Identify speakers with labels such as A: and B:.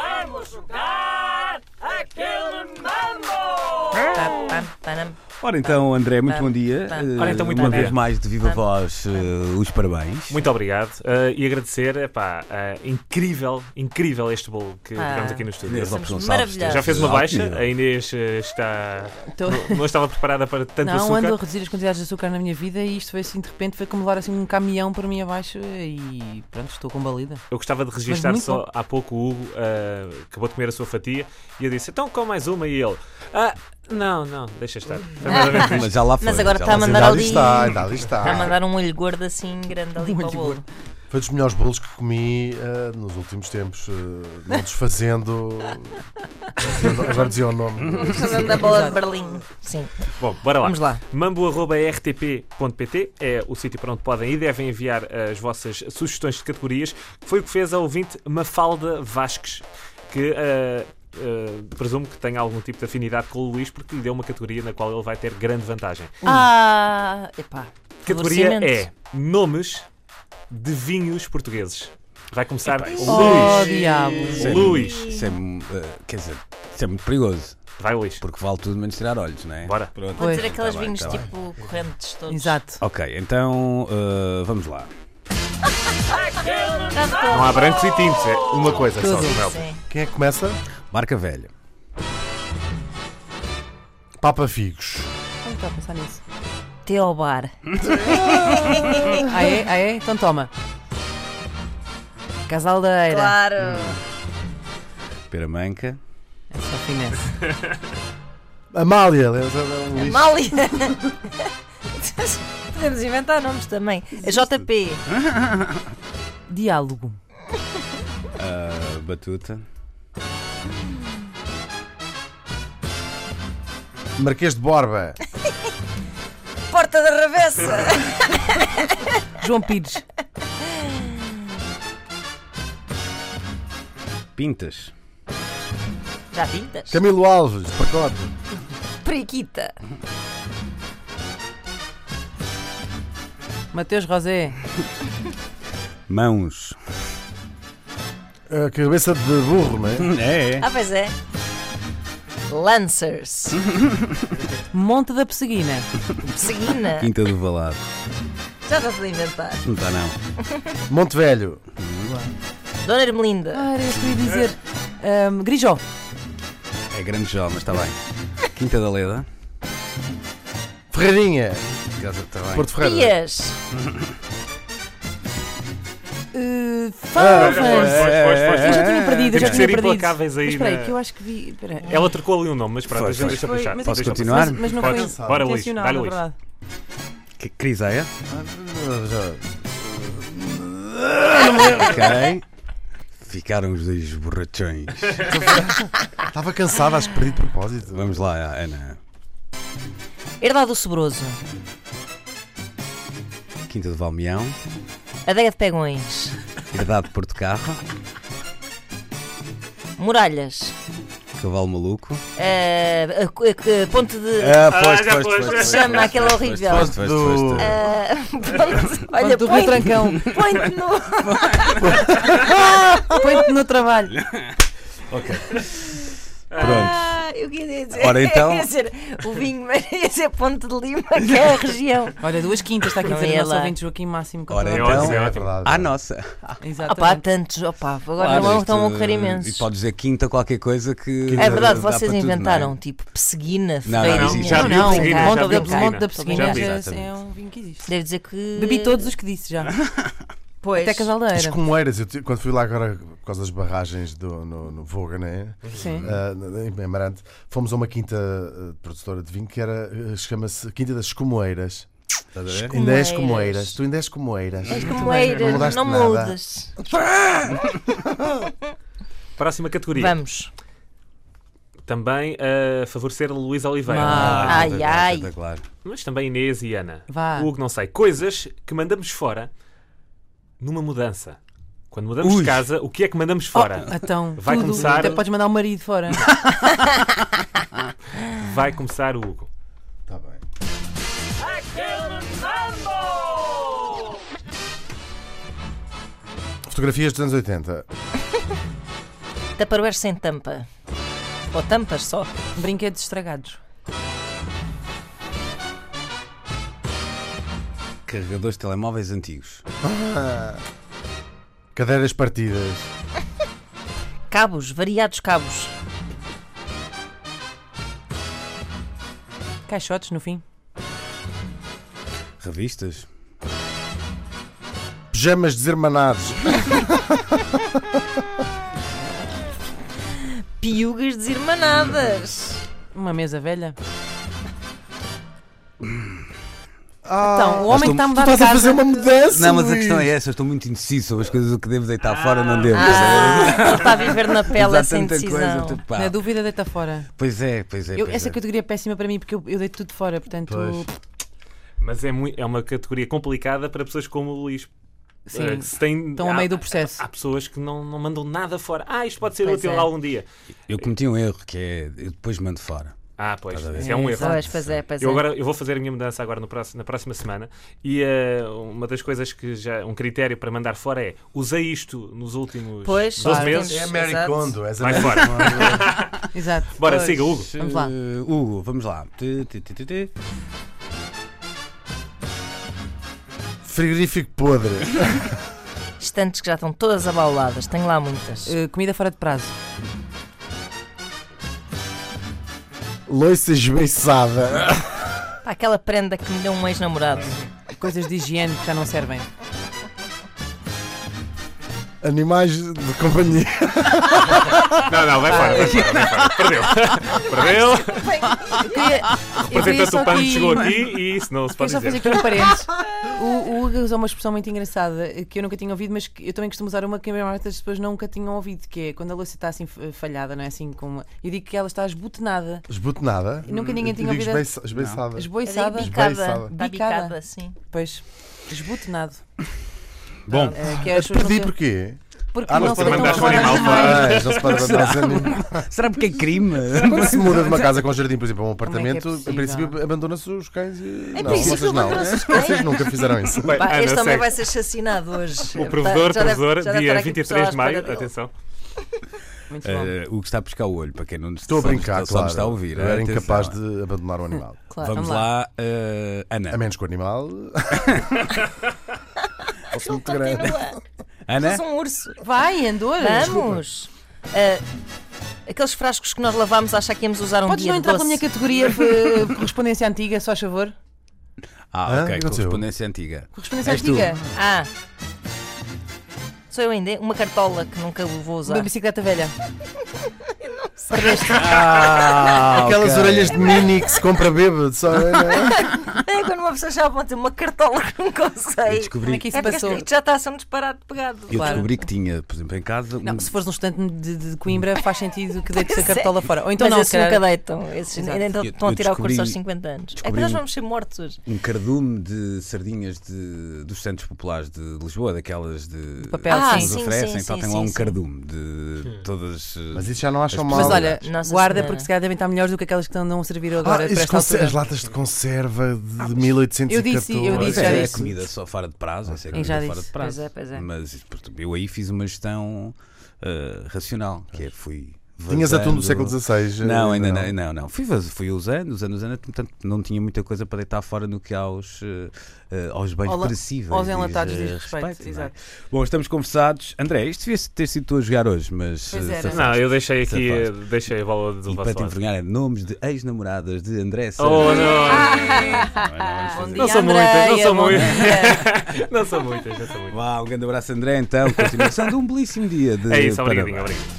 A: Vamos jogar aquele mambo!
B: Ora então, André, muito bom dia. Eh,
C: Ora então, muito
B: uma
C: bom
B: vez
C: dia.
B: mais de viva voz, eh, os parabéns.
C: Muito obrigado eh, e agradecer, epá, eh, incrível, incrível este bolo que
D: Ah.
C: tivemos aqui no estúdio.
B: Inês
D: Somos
B: Lopes Gonçalves,
D: maravilhosos.
C: Já fez uma
B: Alto
C: baixa,
B: nível.
C: a Inês eh, está.
D: Tô-
C: Não, não estava preparada para tanto
D: Não,
C: açúcar.
D: ando a reduzir as quantidades de açúcar na minha vida e isto foi assim, de repente, foi como levar assim um caminhão por mim abaixo e pronto, estou combalida.
C: Eu gostava de registar
D: muito
C: só
D: bom.
C: há pouco o Hugo eh, acabou de comer a sua fatia e eu disse: então com mais uma. E ele: "Ah, não, não, deixa estar. Foi mais ou menos isto.
B: Mas já lá foi.
E: Mas agora tá
B: já
E: está a
B: lá-
E: mandar
F: Ainda
E: ali.
F: ali está, é
E: Está
F: ainda ali
E: a
F: está.
E: mandar um olho gordo assim grande ali para o bolo.
F: Foi dos melhores bolos que comi eh, nos últimos tempos, eh, não desfazendo. Agora dizia o nome.
E: Fazendo a bola de Berlim. Sim.
C: Bom, bora lá.
D: Vamos lá.
C: mambo.rtp.pt é o sítio para onde podem e devem enviar eh, as vossas sugestões de categorias. Foi o que fez a ouvinte Mafalda Vasques, que ah, ah, presumo que tenha algum tipo de afinidade com o Luís, porque lhe deu uma categoria na qual ele vai ter grande vantagem.
E: Ah, epá.
C: A categoria é
E: Favorecimento.
C: Nomes de Vinhos Portugueses. Vai começar
D: Oh,
C: Luís.
D: diabo!
E: um
B: Isso é-
C: Luís.
B: Isso é, eh, quer dizer, isso é muito perigoso,
D: Oh.
C: Vai, Luís.
B: porque vale tudo menos tirar olhos, não é?
C: Bora.
B: Pronto.
E: Vou
D: Pois.
E: dizer aqueles
B: Tá bem,
E: vinhos
B: tá
E: tipo correntes todos.
D: Exato.
B: Ok, então eh, vamos lá.
C: Não há brancos e tintos, é uma coisa só.
D: Tudo.
C: Mel.
E: Sim.
F: Quem é que começa?
B: Barca Velha.
F: Papa Figos.
D: Não estou a pensar nisso.
E: Teobar.
D: Ah é? Ah é? Então toma. Casal da Eira.
E: Claro.
B: Peramanca.
D: É só finesse.
F: Amália. lembra- era um lixo.
E: Mali. Podemos inventar nomes também. JP.
D: Diálogo.
B: eh, batuta.
F: Marquês de Borba.
E: Porta da Ravessa.
D: João Pires.
B: Pintas.
E: Já vindas?
F: Camilo Alves, de pacote.
E: Periquita.
D: Mateus Rosé.
B: Mãos.
F: A Eh, cabeça de burro, não é?
B: É, é.
E: Ah, pois é. Lancers.
D: Monte da Pesseguina.
E: Seguina.
B: Quinta do Valado.
E: Já está tudo a inventar.
B: Não está não.
F: Monte Velho.
E: Dona Ermelinda.
D: Ah, era isso que eu ia dizer. Ahm, Grijó.
B: É grande Jó, mas está bem. Quinta da Leda.
F: Ferreirinha.
B: Está tá bem.
F: Porto Ferreira.
E: Pias.
D: Uh,
B: É,
C: Pois,
D: Favas.
C: pois, pois,
D: Eu
C: pois.
D: já tinha perdido, eu
C: é, Temos
D: já
C: que
D: tinha
C: ser
D: perdido.
C: implacáveis aí
D: Mas espera
C: na-
D: aí, que eu acho que vi. Espera aí.
C: Ela trocou ali um nome, mas pronto,
B: Foi,
C: a gente
B: foi.
C: deixa
D: Foi,
C: puxar.
D: mas
B: Posso
D: é que-
B: continuar?
D: Mas, mas não
C: Podes.
D: foi
C: Bora, Luís.
D: intencional,
C: Dá-lhe,
D: na
C: Luís.
D: verdade.
B: C- Criseia. Ok. Ficaram os dois borrachões.
F: Estava cansado, acho que perdi de propósito.
B: Vamos lá, Ana.
E: Herdado Sobroso.
B: Quinta do Valmião.
E: Adega de Pegões.
B: Herdade de Porto Carro.
E: Muralhas.
B: Cavalo Maluco.
E: Ah, ah, cu- ah, cu- ponte de.
B: Ah,
C: pois, já pois, pois, pois, pois.
E: Chama aquele horrível.
B: Pois, pois, pois, pois.
E: Ah, ponte- olha,
D: Ponto do Rio
E: põe,
D: Trancão. Ah,
E: põe no.
D: Põe-te no trabalho.
B: Pronto.
E: Ah, eu queria dizer.
B: Ora, então.
E: Ia ser o vinho, mas ia ser Ponte de Lima, que é a região.
D: Olha, duas quintas está aqui a
E: Não
D: dizer
E: ia
D: o nosso
E: lá.
D: ouvinte Joaquim Máximo. com
B: Ora,
D: toda a
C: É
B: Então,
C: ótimo, é
F: É
C: ótimo.
F: verdade.
B: Ah, nossa.
E: Opá, há
D: Exatamente.
E: tantos. Opá, agora
B: Claro,
E: não é
B: isto,
E: estão a ocorrer
B: E
E: imensos.
B: podes dizer quinta qualquer coisa que.
E: É verdade,
B: dá para
E: vocês
B: tudo, não é?
E: inventaram, tipo, Pesseguina,
B: Não, não,
E: Ferreirinha.
B: existe.
C: Já
D: não,
C: vi
D: não,
E: um
C: o Pesseguina,
D: o
C: já
D: Monte
C: vi
D: da-
C: o
D: o Monte da
E: Pesseguina.
D: Pesseguina
C: vi,
D: é-
B: exatamente.
D: é um vinho que existe.
E: Deve dizer que.
D: Bebi todos os que disse já.
E: Pois.
D: Até Casal da
F: As
D: Era.
F: comoeiras, eu, ti- quando fui lá agora por causa das barragens do, no, no Voga, né?
D: Sim.
F: Ah, em Amarante, fomos a uma quinta ah, produtora de vinho que era ah, chama-se Quinta das Comoeiras.
B: Estás a ver?
F: Ainda és
E: Comoeiras.
F: comoeiras, tu ainda és comoeiras.
E: És como eiras,
F: Não mudaste
E: não
F: nada.
E: mudas.
C: Próxima categoria.
E: Vamos.
C: Também a favorecer Luís Oliveira.
D: Ah.
E: Ai,
B: Espetacular,
E: ai.
B: espetacular.
C: Mas também Inês e Ana.
D: Vá.
C: O que não sei. Coisas que mandamos fora numa mudança. Quando mudamos
B: Ui.
C: de casa, o que é que mandamos fora?
D: Então,
C: Vai
D: tudo.
C: começar-
D: Até podes mandar o marido fora. Oh.
C: Vai começar o Hugo.
F: Tá bem.
A: Aquele mambo!
F: Fotografias dos anos 80.
E: Tupperware sem tampa. Ou tampas só.
D: Brinquedos estragados.
B: Carregadores de telemóveis antigos.
F: Cadeiras partidas.
E: Cabos, variados cabos.
D: Caixotes no fim.
B: Revistas.
F: Pijamas desirmanados.
E: Piugas desirmanadas.
D: Uma mesa velha.
F: Ah,
D: Então, o homem que está a
B: tu
D: mudar
F: tu
D: de
F: estás a fazer
D: casa.
F: uma mudança.
B: Não, mas a
F: Luís.
B: questão é essa, eu estou muito indeciso sobre as coisas o que devo deitar fora ou não devo.
E: Ah, ele está a viver na pele assim
B: Há
E: essa
B: é. tanta coisa,
E: indecisão.
B: tu- pá.
D: Na dúvida, deita fora.
B: Pois é, pois é.
D: Eu-
B: pois
D: essa
B: é.
D: categoria é péssima para mim porque eu, eu deito tudo fora, portanto.
F: Pois.
C: Mas é, mui- é uma categoria complicada para pessoas como o Luís.
D: Sim.
C: Eh, se tem-
D: Estão a
C: há-
D: meio do processo.
C: Há pessoas que não, não mandam nada fora. Ah, isto pode ser
D: Pois
C: útil
D: é.
C: algum dia.
B: Eu cometi um erro que é. Eu depois mando fora.
C: Ah, pois,
B: Estás a ver?
C: isso é um erro.
D: Exato.
E: Pois, pois é, pois
C: Eu
E: é.
C: agora eu vou fazer a minha mudança agora no próximo- na próxima semana e eh, uma das coisas que já um critério para mandar fora é usei isto nos últimos
E: Pois,
C: 12
E: claro,
C: meses.
F: É
E: temos-
F: Mary
E: Exato.
F: Kondo. És a
C: Vai
F: Mary
C: fora.
F: Kondo.
D: Exato.
C: Bora, siga Hugo.
D: Vamos lá.
B: Eh, Hugo, vamos lá. Tu, tu, tu, tu, tu.
F: Frigorífico podre.
E: Estantes que já estão todas abauladas, tenho lá muitas.
D: Eh, comida fora de prazo.
F: Loiça esbeiçada.
E: Pá, aquela prenda que me deu um ex-namorado.
D: Coisas de higiene que já não servem.
F: Animais de companhia.
C: Não, não, vai fora, vai fora, vai fora. Perdeu. Perdeu.
D: Eu queria, eu queria
C: Representante
D: só
C: do PAN
D: aqui,
C: chegou aqui e isso não se
D: queria
C: pode
D: só fazer
C: dizer.
D: aqui um parênteses. O, o Hugo usou uma expressão muito engraçada eh, que eu nunca tinha ouvido, mas que eu também costumo usar uma que a maior parte das pessoas nunca tinham ouvido, que é quando a louça está assim eh, falhada, não é assim como. Eu digo que ela está esbotenada,
F: Esbotenada.
D: Nunca ninguém tinha
F: Digo
D: ouvido-
F: esbeiça- Esbeiçada.
D: esboiçada,
E: Eu digo bicada.
F: Esbeiçada.
E: Está bicada, sim.
D: depois esbotenado.
B: Bom,
D: eh, que é
F: Mas
D: as pessoas não
F: perdi
D: se-
F: porquê?
D: porque
F: Ah, não
D: não é.
F: se
D: se
F: pode
D: deitam
C: mandar
D: fora
C: um animal
D: os
C: fora.
D: animais.
F: Ah, já se pode mandar sem mim.
B: será porque é crime?
F: Quando se muda de uma casa com jardim, por exemplo, a um
D: é que é
F: apartamento, em
D: possível?
F: princípio abandona-se os cães e.
E: Em
F: não,
E: princípio,
F: vocês não.
E: abandona-se os cães.
F: Vocês nunca fizeram isso.
C: Bem,
E: Pá,
C: Ana,
E: este homem
C: segue.
E: vai ser assassinado hoje.
C: O provedor,
E: Tá, já deve-
C: provedor,
E: já deve estar
C: dia
E: aqui
C: 23 de
E: pessoal à
C: maio,
E: espera dele.
C: atenção.
D: Muito bom.
B: Eh, o que está a pescar o olho, para quem não nos
F: Estou a
B: só nos-
F: brincar,
B: só
F: claro.
B: nos está a ouvir.
F: Eu
B: eh,
F: era
B: atenção.
F: incapaz de abandonar o animal.
D: Claro,
B: Vamos lá, eh, Ana.
F: A menos que o animal. fosse muito grande.
E: Continua.
B: Ana?
E: Faz um urso.
D: Vai, Andor!
E: Vamos. Ah, aqueles frascos que nós lavámos a achar que íamos usar um
D: Podes
E: dia
D: não
E: de
D: entrar
E: doce.
D: pela minha categoria eh, correspondência antiga, só a favor?
B: Ah,
F: Hã?
B: ok,
F: Aconteceu.
B: correspondência antiga.
D: Correspondência
B: És tu.
D: antiga.
E: Ah. Sou eu ainda? Uma cartola que nunca vou usar.
D: Uma bicicleta velha.
F: Aquelas orelhas de mini que se compra bêbado, só.
E: É quando uma pessoa já aponta uma cartola que nunca usei.
D: Como é que isso
E: É porque
D: passou?
E: isto já está a ser um disparado pegado.
B: Eu
D: Claro.
B: descobri que tinha, por exemplo, em casa. um-
F: Hum.
D: Não, se fores um estudante de, de Coimbra, faz sentido que deites a
E: Pois é.
D: cartola fora. Ou então
E: Mas um
D: não,
E: esses
D: se calhar-
E: nunca deitam. Esses
D: Exato.
E: ainda estão
B: Eu-
E: estão a
B: eu
E: tirar o curso aos
B: descobri-
E: 50 anos. É que
B: descobri
E: nós
B: um-
E: vamos ser mortos hoje.
B: um cardume de sardinhas de, dos centros populares de Lisboa, daquelas de,
D: papel,
B: que
E: sim.
B: nos
E: Ah, sim,
B: oferecem,
E: sim,
B: então
E: sim,
B: tem
E: sim,
B: lá um
E: sim.
B: cardume de todas. eh,
F: Mas isso já não acham
B: As
F: mal.
D: Mas olha,
E: Nossa
D: guarda
E: Senhora.
D: porque se calhar devem estar melhores do que aquelas que andam a servir agora.
F: Ah,
D: para
F: esses
D: esta
F: conser-
D: altura. Ah,
F: as latas de conserva de 1814.
D: Eu disse, eu
B: Pois
D: disse,
B: é,
D: já
B: é
D: disse.
B: comida só fora de prazo, essa é comida
D: já
B: fora
D: disse.
B: de prazo.
E: Pois é, pois é.
B: Mas portanto, eu aí fiz uma gestão eh, racional, que é fui.
F: Tinhas
B: vazando-
F: atum do século eh, XVI.
B: Não, ainda não, não, não. Fui, vaz- fui usando, usando, usando, portanto não tinha muita coisa para deitar fora no que aos, eh, eh, aos bens
D: Ao la-
B: perecíveis.
D: aos enlatados
B: diz,
D: diz
B: eh,
D: respeito,
B: não é?
D: exato.
B: Bom, estamos conversados. André, isto devia ter sido tu a jogar hoje, mas.
D: Pois
B: eh,
D: era.
B: safaste.
C: Não, eu deixei
B: Isso
C: aqui, eh,
B: é
C: deixei a bola do
B: E para te
C: vosso lado.
B: envergonhar, é nomes de ex-namoradas de André é?
C: Oh, não.
E: Ah,
C: Não são muitas,
E: é
C: não são muitas. Não são muitas, não são muitas.
B: Vá, um grande abraço, André. Então, continuação de um belíssimo dia. De
C: É isso,
B: parabéns.
C: obrigadinho, obrigado.